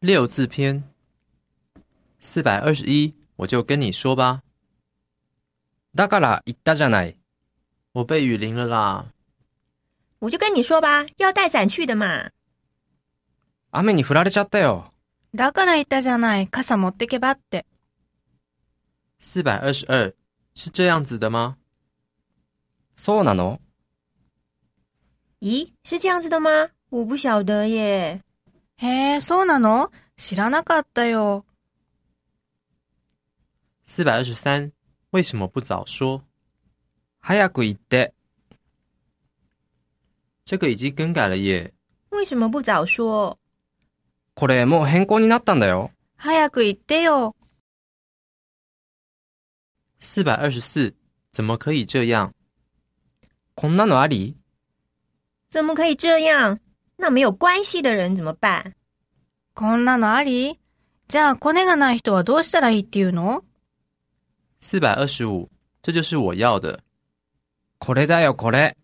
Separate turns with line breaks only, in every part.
六字篇四百二十一，我就跟你说吧，
だから言ったじゃない。
我被雨淋了啦。
我就跟你说吧，要带伞去的嘛。
雨に降られちゃったよ。
だから言ったじゃない。傘持ってけばって。
四百二十二，是这样子的吗？
そうなの
咦，是这样子的吗？我不晓得耶。
へえ、そうなの知らなかったよ。
四百二十三，为什么不早说？
早く言って。
这个已经更改了耶。
为什么不早说？
これもう変更になったんだよ。
早く行ってよ。
四百二十四，怎么可以这样？
こんなのあり
怎么可以这样？那没有关系的人怎么办？
こんなのありじゃあ、コネがない人はどうしたらいいっていうの
四百二十五，这就是我要的。
これだよ、これ。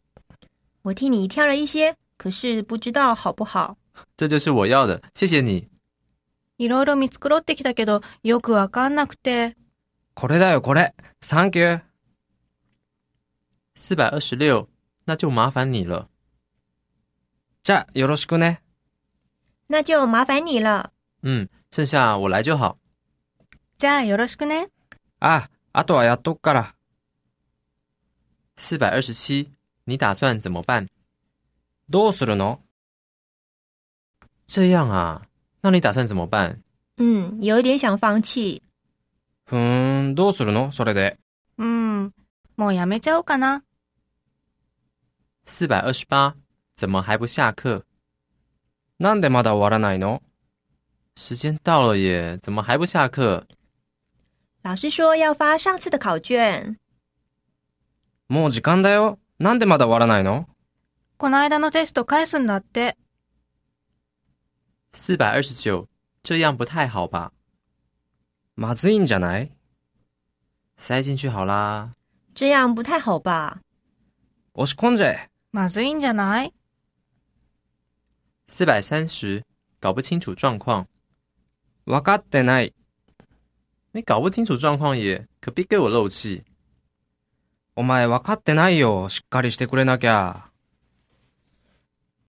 我替你挑了一些，可是不知道好不好。
这就是我要的，谢谢你。
いろいろ見繕ってきたけど、よくわかんなくて。
これだよ、これ。サンキュー。
四百二十六，那就麻烦你了。
じゃあ、よろしくね。
那就麻烦你了。
嗯，剩下我来就好。
じゃあ、よろしくね。
ああ、あとはやっとくから。
四百二十七，你打算怎么办？
どうするの
这样啊，那你打算怎么办？
嗯，有一点想放弃。
ふーん、どうするのそれで。
うん。もうやめちゃおうかな。
四百二十八，怎么还不下课？
なんでまだ終わらないの
时间到了耶，怎么还不下课？
老师说要发上次的考卷。
もう時間だよ。なんでまだ終わらないの
この間のテスト返すんだって。
四百二十九，这样不太好吧？
まずいんじゃない
塞进去好啦。
这样不太好吧？
押し込んじゃえ。
まずいんじゃない
四百三十，搞不清楚状况，
わかってない。
你搞不清楚状况也可别给我漏气。
お前わかってないよ。しっかりしてくれなきゃ。